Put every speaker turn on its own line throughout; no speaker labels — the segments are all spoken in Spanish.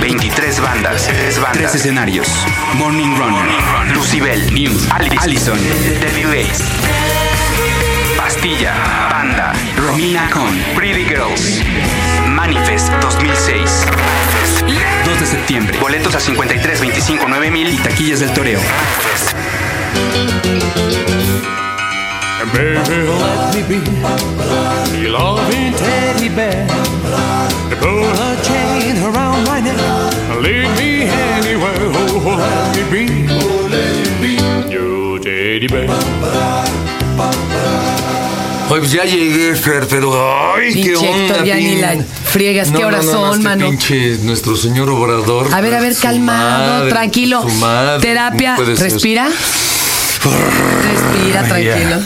23 bandas, 3 bandas,
Tres escenarios. Morning Runner.
Lucibel,
News.
Alice,
Allison.
Debbie Days, Pastilla, Panda,
Romina Con.
Pretty Girls, Manifest 2006,
2 de septiembre.
boletos a 53, 25, 9
Y
mil.
taquillas del toreo.
And baby, let me be your loving teddy bear. And Put a chain around my neck and lead me anywhere. Oh, let me be, oh, let me be your teddy bear.
Oye, pues ya llegué, Fer, pero ay, qué
Pinche
onda.
Héctor, ya ni
pin-
la friegas,
No,
¿qué
no,
horas
no, no,
son,
este
mano?
Pinche nuestro señor obrador.
A ver, a ver,
su
calmado,
madre,
tranquilo.
su madre,
Terapia,
no puede ser.
respira. Respira, tranquilo.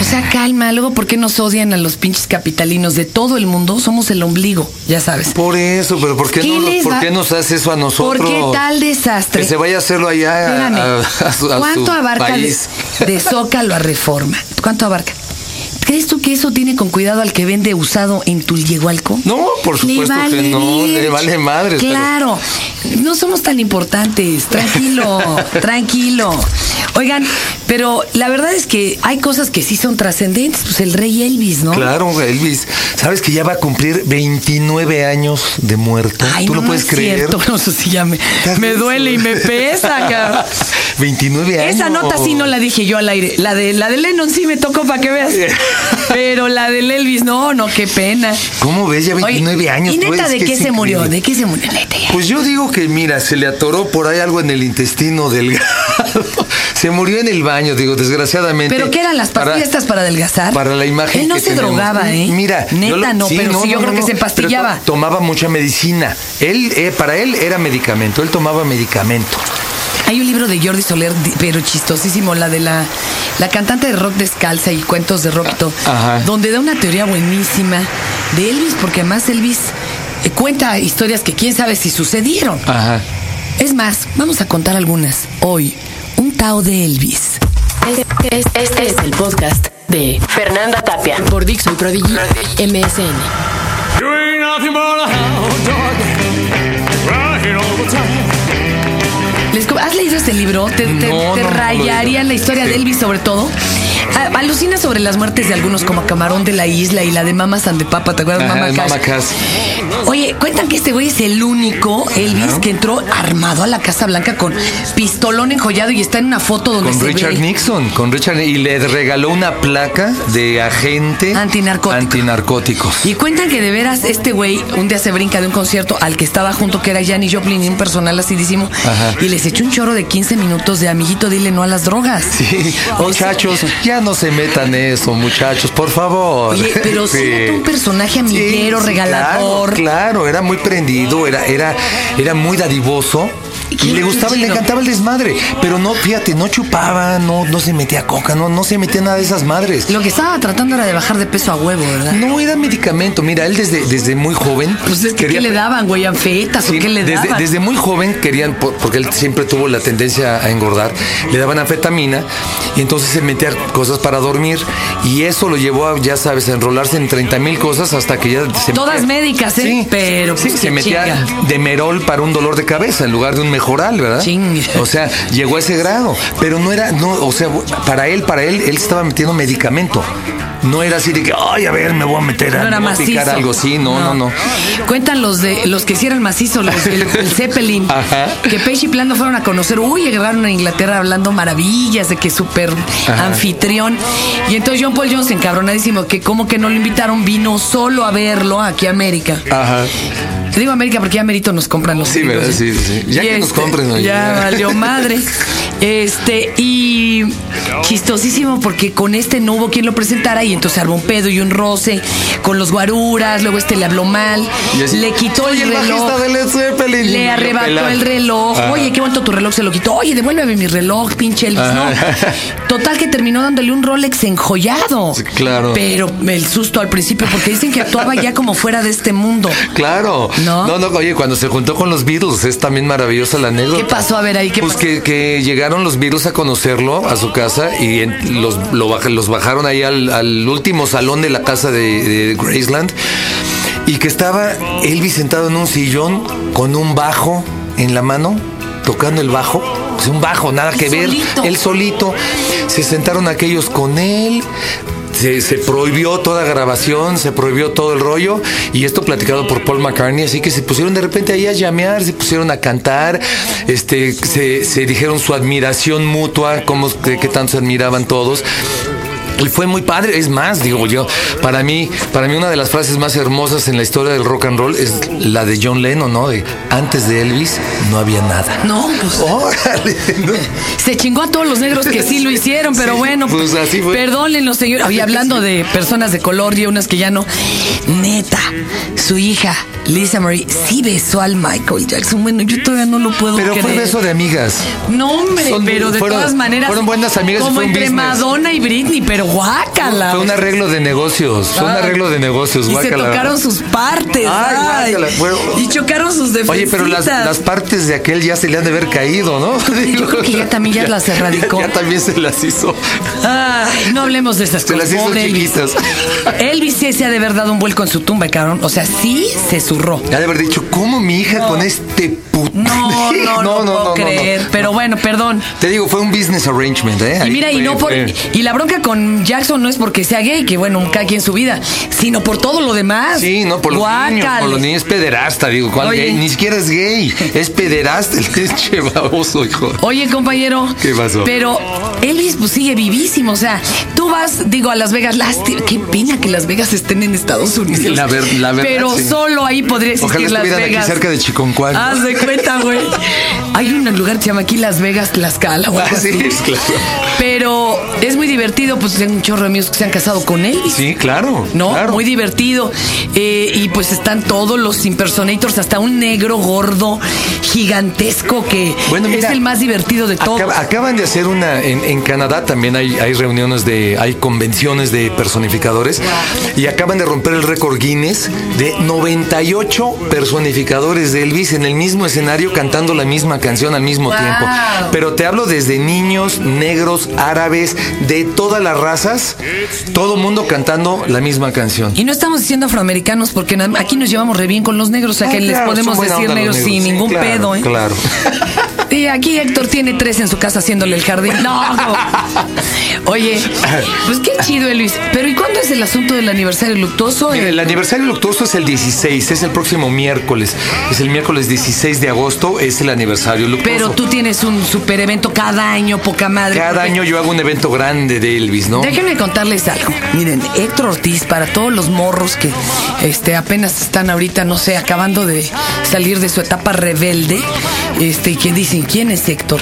O sea, calma, luego ¿por qué nos odian a los pinches capitalinos de todo el mundo? Somos el ombligo, ya sabes.
Por eso, pero ¿por qué,
¿Qué
no,
les
¿por
va-
qué nos hace eso a
¿Por
nosotros?
qué tal desastre?
Que se vaya a hacerlo allá a,
Espérame.
a- Ah, a su, a su
¿Cuánto abarca de,
país.
de Zócalo a Reforma? ¿Cuánto abarca? ¿Crees tú que eso tiene con cuidado al que vende usado en Tulyehualco?
No, por supuesto
Le
que
vale
no,
bien.
le vale madre. pero-
Claro, no somos tan importantes. Tranquilo, tranquilo. Oigan, pero la verdad es que hay cosas que sí son trascendentes. Pues el rey Elvis, ¿no?
Claro, Elvis. ¿Sabes que ya va a cumplir 29 años de muerto?
Ay,
¿Tú
no,
lo puedes
es
creer?
Cierto. No sé si ya me,
¿Estás
me
listo?
duele y me pesa, cabrón.
29 años.
Esa nota sí no la dije yo al aire. La de la de Lennon sí me tocó para que veas. Pero la del Elvis, no, no, qué pena.
¿Cómo ves? Ya
Oye,
29 años.
¿Y
tú,
neta
es
de
que
qué
es
se murió?
increíble.
¿De qué se murió? Neta, ya.
Pues yo digo que, mira, se le atoró por ahí algo en el intestino delgado. se murió en el baño, digo, desgraciadamente.
¿Pero qué eran las
Para-
pastillas estas para adelgazar?
Para la imagen
Él no
que
se
tenemos.
drogaba, ¿eh?
Mira. yo
Neta
lo-
no,
sí,
pero sí, yo
no,
creo que
no.
se
Pero
pastillaba.
to- tomaba mucha medicina. Él, eh, para él era medicamento. Él tomaba medicamento.
Hay un libro de Jordi Soler, di- pero chistosísimo, la de la, la cantante de rock descalza y cuentos de rock y todo,
Ah, Ajá.
donde da una teoría buenísima de Elvis, porque además Elvis eh, cuenta historias que quién sabe si sucedieron.
Ajá.
Es más, vamos a contar algunas. Hoy, un Tao de Elvis.
Este, es- este es el podcast de Fernanda Tapia
Por Dixon Prodigy.
MSN.
You ain't nothing but a hound dog, crying all the time.
Les co- ¿Has leído este libro? ¿Te, te-
No,
te
no, no lo he leído.
rayaría la historia de
Sí.
Elvis sobre todo? A- Alucina sobre las muertes de algunos como Camarón de la Isla y la de Mama San de Papa, ¿te acuerdas?
Ajá,
Mama
el
Cash.
Mama Cass.
Oye, cuentan que este güey es el único Elvis que entró armado a la Casa Blanca con pistolón enjollado y está en una foto donde
Con
se
Richard
ve.
Nixon, con Richard y le regaló una placa de agente
Antinarcótico.
antinarcóticos.
Y cuentan que de veras este güey un día se brinca de un concierto al que estaba junto, que era Janis Joplin y un personal asidísimo,
Ajá.
y les echó un choro de 15 minutos de amiguito, dile no a las drogas.
Sí, muchachos, ya no se metan eso, muchachos, por favor.
Oye, pero sí notó un personaje amiguero,
sí,
regalador.
Claro, claro, era muy prendido, era, era, era muy dadivoso. Y le gustaba, y le
chido.
encantaba el desmadre. Pero no, fíjate, no chupaba, no, no se metía coca, no, no se metía nada de esas madres.
Lo que estaba tratando era de bajar de peso a huevo, ¿verdad?
No era medicamento. Mira, él desde, desde muy joven.
Pues es que
quería-
¿qué le daban, güey? ¿Anfetas
Sí,
o qué le
desde,
daban?
desde muy joven querían, por- porque él siempre tuvo la tendencia a engordar, le daban anfetamina y entonces se metía cosas para dormir y eso lo llevó a, ya sabes, a enrolarse en 30 mil cosas hasta que ya se
Todas médicas, ¿eh?
Sí,
Pero,
sí,
pues,
se
qué
metía
chinga.
de merol para un dolor de cabeza en lugar de un mejoral, ¿verdad?
Chinga.
O sea, llegó a ese grado, pero no era, no, o sea, para él, para él, él estaba metiendo medicamento. No era así de que, ay, a ver, me voy a meter, a-
No era
me voy a picar
macizo.
algo, sí, no, no, no.
Cuentan los de los que hicieron macizo, los del el Zeppelin,
Ajá.
que Page y Plano fueron a conocer, uy, llegaron a Inglaterra hablando maravillas de que súper anfitrión. Y entonces John Paul Jones, encabronadísimo, que como que no lo invitaron, vino solo a verlo aquí a América.
Ajá.
Digo América porque ya merito nos compran los
Sí,
gringos,
¿verdad?
¿eh?
Sí, sí, sí. Ya
Y este,
que nos compren, oye.
Ya valió madre. Este, y chistosísimo porque con este no hubo quien lo presentara y entonces armó un pedo y un roce con los guaruras, luego este le habló mal,
Y así,
le quitó
"Soy
el reloj.
bajista Ah. de Led Zeppelin".
Le
Lo
arrebató
pelaron.
el reloj.
Ajá.
Oye, qué bonito tu reloj se lo quitó. Oye, devuélveme mi reloj, pinche Elvis.
Ajá.
No. Total que terminó dándole un Rolex enjollado.
Sí, claro.
Pero el susto al principio, porque dicen que actuaba ya como fuera de este mundo.
Claro.
¿No?
no, oye, cuando se juntó con los Beatles, es también maravillosa la anécdota.
¿Qué pasó? A ver, ahí, ¿qué
pues
pasó?
que, que llegaron los Beatles a conocerlo a su casa y en- los, lo baj- los bajaron ahí al, al último salón de la casa de, de Graceland. y que estaba Elvis sentado en un sillón con un bajo en la mano, tocando el bajo. Es un bajo, nada que ver.
solito.
Él solito. Se sentaron aquellos con él. Se, se prohibió toda grabación, se prohibió todo el rollo, y esto platicado por Paul McCartney, así que se pusieron de repente ahí a llamear, se pusieron a cantar, este, se, se dijeron su admiración mutua, cómo, qué, qué tanto se admiraban todos. Y fue muy padre, es más, digo yo, para mí, para mí una de las frases más hermosas en la historia del rock and roll es la de John Lennon, ¿no? De antes de Elvis no había nada.
No, pues
Órale, ¿no?
se chingó a todos los negros que sí lo hicieron, pero
Oh. Sí,
bueno.
pues, así fue.
Perdónenlo, señor. Oye, hablando de personas de color y unas que ya no. Neta, su hija, Lisa Marie, sí besó al Michael Jackson. Bueno, yo todavía no lo puedo
Pero fue
creer.
beso de amigas.
No, hombre,
Son-
pero de
fueron-
todas maneras.
fueron buenas amigas y
Como
fue un
entre
business.
Madonna y Britney, pero guácala.
Fue un arreglo de negocios, fue un
Ay.
arreglo de negocios,
Ah, Y se
guácala.
tocaron sus partes.
Ay,
ay.
guácala, fue-
Y chocaron sus defensas.
Oye, pero las, las partes de aquel ya se le han de haber caído, ¿no?
Yo creo que ya también ya las erradicó.
Ya, ya también se las hizo.
Ay, no hablemos de estas
Se
cosas.
las hizo
Pobre Elvis.
chiquitas.
Elvis sí se ha de haber dado un vuelco en su tumba, cabrón. O sea, sí se zurró.
Ya de haber dicho, ¿cómo mi hija con este puto?
No, no, no, puedo creer. Pero bueno, perdón.
Te digo, fue un business arrangement, ¿eh?
Y
Ahí
mira, y
fue-
no por
fue-
y la bronca con Jackson no es porque sea gay, que bueno, cada quien su vida, sino por todo lo demás.
Sí, no, por los niños,
Guácale.
por los niños es pederasta, digo, ¿cuál
Oye.
gay? Ni siquiera es gay, es pederasta el pinche baboso, hijo.
Oye, compañero.
¿Qué pasó?
Pero Elvis pues sigue vivísimo. O sea, tú vas, digo, a Las Vegas. Lástima, qué pena que Las Vegas estén en Estados Unidos.
La ver- la verdad,
Pero
sí.
solo ahí podría existir
Ojalá
Las
estuvieran aquí
Vegas. Ah,
cerca de Chiconcuán.
Haz de cuenta, güey. Hay un lugar que se llama aquí Las Vegas, Tlaxcala. o algo
Ah, sí,
así.
claro.
Pero es muy divertido, pues hay un chorro de amigos que se han casado con Elvis.
Sí, claro.
¿no?
claro.
Muy divertido. Eh, y pues están todos los impersonators, hasta un negro gordo, gigantesco, que
Bueno, mira,
es el más divertido de todos.
Acab- acaban de hacer una en, en Canadá también hay, hay reuniones de hay convenciones de personificadores y acaban de romper el récord Guinness de 98 personificadores de Elvis en el mismo escenario cantando la misma canción al mismo
Wow.
tiempo. Pero te hablo desde niños, negros, árabes, de todas las razas, todo mundo cantando la misma canción.
Y no estamos diciendo afroamericanos porque na- aquí nos llevamos re bien con los negros, o sea que
Ah,
les
claro,
podemos
son buena
decir
onda los
negros sin
Sí,
ningún
claro,
pedo, ¿eh?
Claro.
Y aquí Héctor tiene tres en su casa haciéndole el jardín. No, no. Oye, pues qué chido, eh, Luis. Pero ¿y cuándo es el asunto del aniversario luctuoso?
Mira,
Eh,
el aniversario luctuoso es el 16, es el próximo miércoles. Es el miércoles 16 de agosto, es el aniversario luctuoso.
Pero tú tienes un super evento cada año, poca madre.
Cada
porque-
año yo hago un evento grande de Elvis, ¿no?
Déjenme contarles algo. Miren, Héctor Ortiz, para todos los morros que este, apenas están ahorita, no sé, acabando de salir de su etapa rebelde, este, y que dicen, ¿quién es Héctor?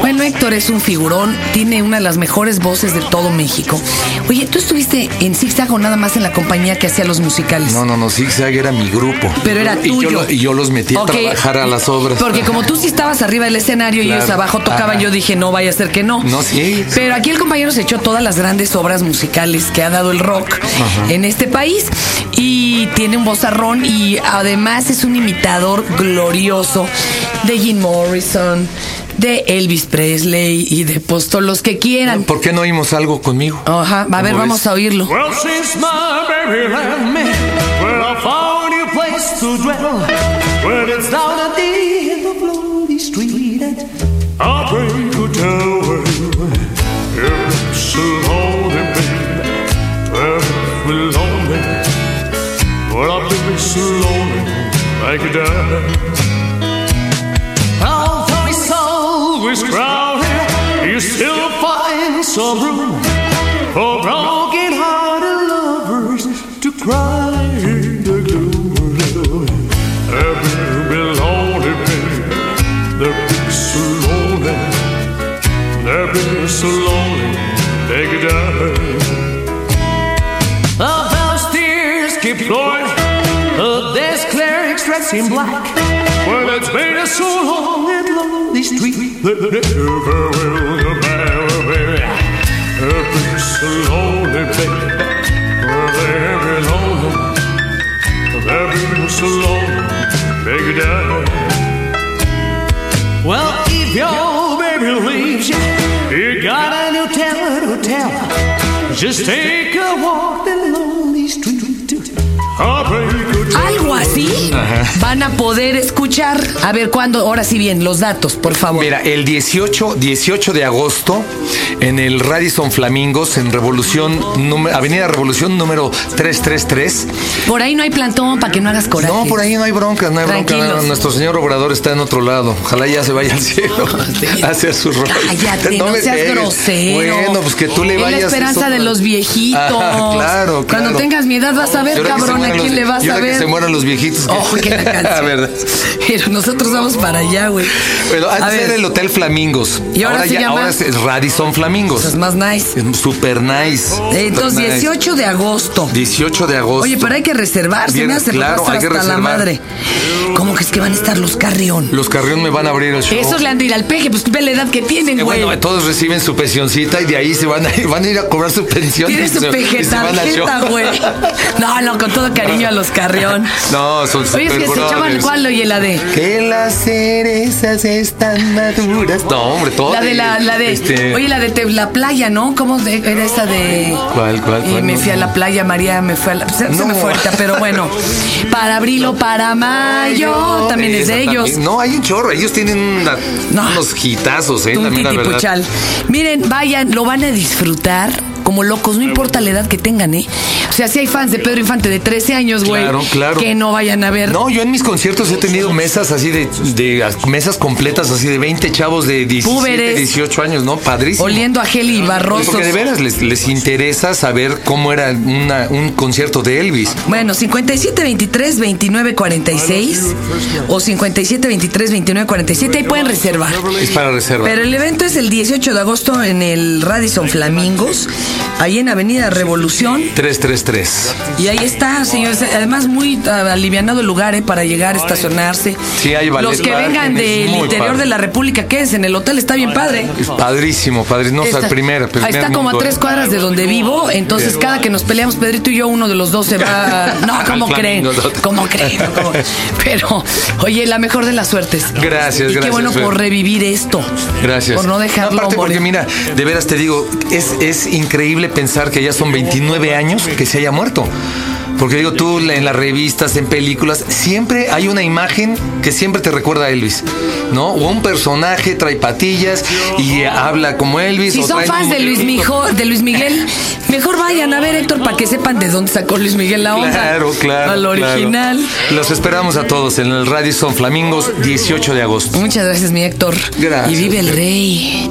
Bueno, Héctor es un figurón, tiene una de las mejores voces de todo México. Oye, tú estuviste en Zigzag o nada más en la compañía que hacía los musicales.
No, no, no, Zigzag era mi grupo.
Pero era
Y
tuyo.
yo, lo- y yo los metí
Ok.
a trabajar a las obras.
Porque como tú sí estabas arriba del escenario y
Claro.
ellos abajo tocaban,
Ajá.
yo dije, no vaya a ser que no.
No, sí.
Pero aquí el compañero se echó todas las grandes obras musicales que ha dado el rock en este país y tiene un vozarrón y además es un imitador glorioso de Jim Morrison, de Elvis Presley y de pues, todos los que quieran.
¿Por qué no oímos algo conmigo?
Ajá, a ver,
¿Cómo
vamos
ves?
a oírlo.
Well, since my baby left me, well, I found a place to dwell. Well, it's down at the end of Lonely Street. And I pray to tell her, it's so lonely, baby. Well, we're lonely. Well, I've been so lonely, I could die. Although it's always crowded, you still find some room for broken hearted lovers to cry in the gloom. Ever be lonely, baby, they're so lonely, they're so lonely, they could die. Of those tears keep flowing. Of this cleric's dressed in black. Well, it's been a so long and lonely street that never will go back, baby. It's been so lonely, baby. Well, they've been lonely. They've been so lonely, baby, down. Well, if your baby leaves you, you got a new tale to tell. Just take a walk the lonely street. Heartbreak.
Algo sí van a poder escuchar. A ver, ¿cuándo? Ahora sí bien, los datos, por favor.
Mira, el 18, 18 de agosto en el Radisson Flamingos en Revolución número- Avenida Revolución número 333.
Por ahí no hay plantón para que no hagas coraje.
No, por ahí no hay bronca, no hay bronca.
Tranquilos.
no, Nuestro señor obrador está en otro lado. Ojalá ya se vaya al cielo a hacer su rol.
pues, Cállate, no,
me
seas
pegues.
grosero.
Bueno, pues que tú le
Es
vayas.
la esperanza
eso-
de los viejitos.
Ajá, claro, claro.
Cuando tengas mi edad vas a
Y
ver,
ahora que se
cabrón, a
mueran
quién
los-
le vas
y
a
ahora
ver.
que se mueran los viejitos. Ah, que-
Oh, qué la
A
canción.
ver.
Pero nosotros vamos para allá, güey.
Bueno,
A
antes
ver,
era el Hotel Flamingos.
Y ahora se llama-
ahora es Radisson Flamingos.
cosas más nice. Eh,
Es Super nice. super
Entonces,
nice.
18 de agosto.
18 de agosto.
Oye, pero hay que reservar, se
Bien,
me hace
Pues claro,
pasar
hay que
hasta la
reservar.
madre. ¿Cómo que es que van a estar los carrión?
Los Carrión me van a abrir el show.
Esos le han de ir al peje, pues ve la edad que tienen,
Eh,
güey.
bueno, todos reciben su pensioncita y de ahí se van a, van a ir a cobrar su pensión.
Tiene
y
su
se- y
peje
se van al
tarjeta,
show.
güey. No, no, con todo cariño a los carrión.
No, son
Oye, es que se
superbrothers.
echaban cuál, oye, la de.
Que las cerezas están maduras. No, hombre, todo.
La de la, la de.
este,
Oye, la de te- la playa, ¿no? ¿Cómo de- era esa de.
¿Cuál, cuál,
Y
cuál?
me
No,
fui a
no.
la playa, María, me fue a la. Se, se
No.
me fue ahorita, pero bueno. Para abril o para mayo, también es
esa
de ellos.
también. No, hay un chorro. Ellos tienen una-
No.
unos hitazos, ¿eh?
Tú,
También, la verdad.
titipuchal. Miren, vayan, lo van a disfrutar como locos, no importa la edad que tengan, ¿eh? O sea, si hay fans de Pedro Infante de 13 años, güey,
Claro, claro.
que no vayan a ver.
No, yo en mis conciertos he tenido mesas así de, de- mesas completas así de 20 chavos de 17,
Púberes.
18 años, ¿no? Padrísimo.
Oliendo a Geli y Barroso.
Porque de veras les, les interesa saber cómo era una- un concierto de Elvis.
Bueno, 5723-2946 o 5723-2947, ahí pueden reservar.
Es para reserva.
Pero el evento es el 18 de agosto en el Radisson Flamingos, ahí en Avenida Revolución.
333.
Y ahí está, señores. Además, muy ah, alivianado el lugar ¿eh? para llegar, estacionarse.
Sí, hay ballet
Los que
parking,
vengan
es
del
muy
interior
padre.
de la República, quédense en el hotel, está bien padre.
Es padrísimo, padrísimo. No, o sea,
Está-
primera, primer
ahí está como a
mundo,
tres
¿eh?
cuadras de donde vivo, entonces cada que nos peleamos, Pedrito y yo, uno de los dos se va. No, ¿cómo
Al
creen?
Flamingo.
¿Cómo creen? No, ¿cómo? Pero, oye, la mejor de las suertes.
Gracias,
Y qué
gracias,
bueno
Fer.
por revivir esto.
Gracias.
Por no dejarlo
Aparte, porque
morir.
mira, de veras te digo, es, es increíble pensar que ya son 29 años que se haya muerto. Porque digo, tú la- en las revistas, en películas, siempre hay una imagen que siempre te recuerda a Elvis, ¿no? O un personaje trae patillas y habla como Elvis.
Si
o
son
traen
fans
un
de Luis,
muñequito.
Mijo- de Luis Miguel, mejor vayan a ver, Héctor, para que sepan de dónde sacó Luis Miguel la onda.
Claro, claro.
Al
claro.
original.
Los esperamos a todos en el Radisson Flamingos, 18 de agosto.
Muchas gracias, mi Héctor.
Gracias.
Y vive el rey.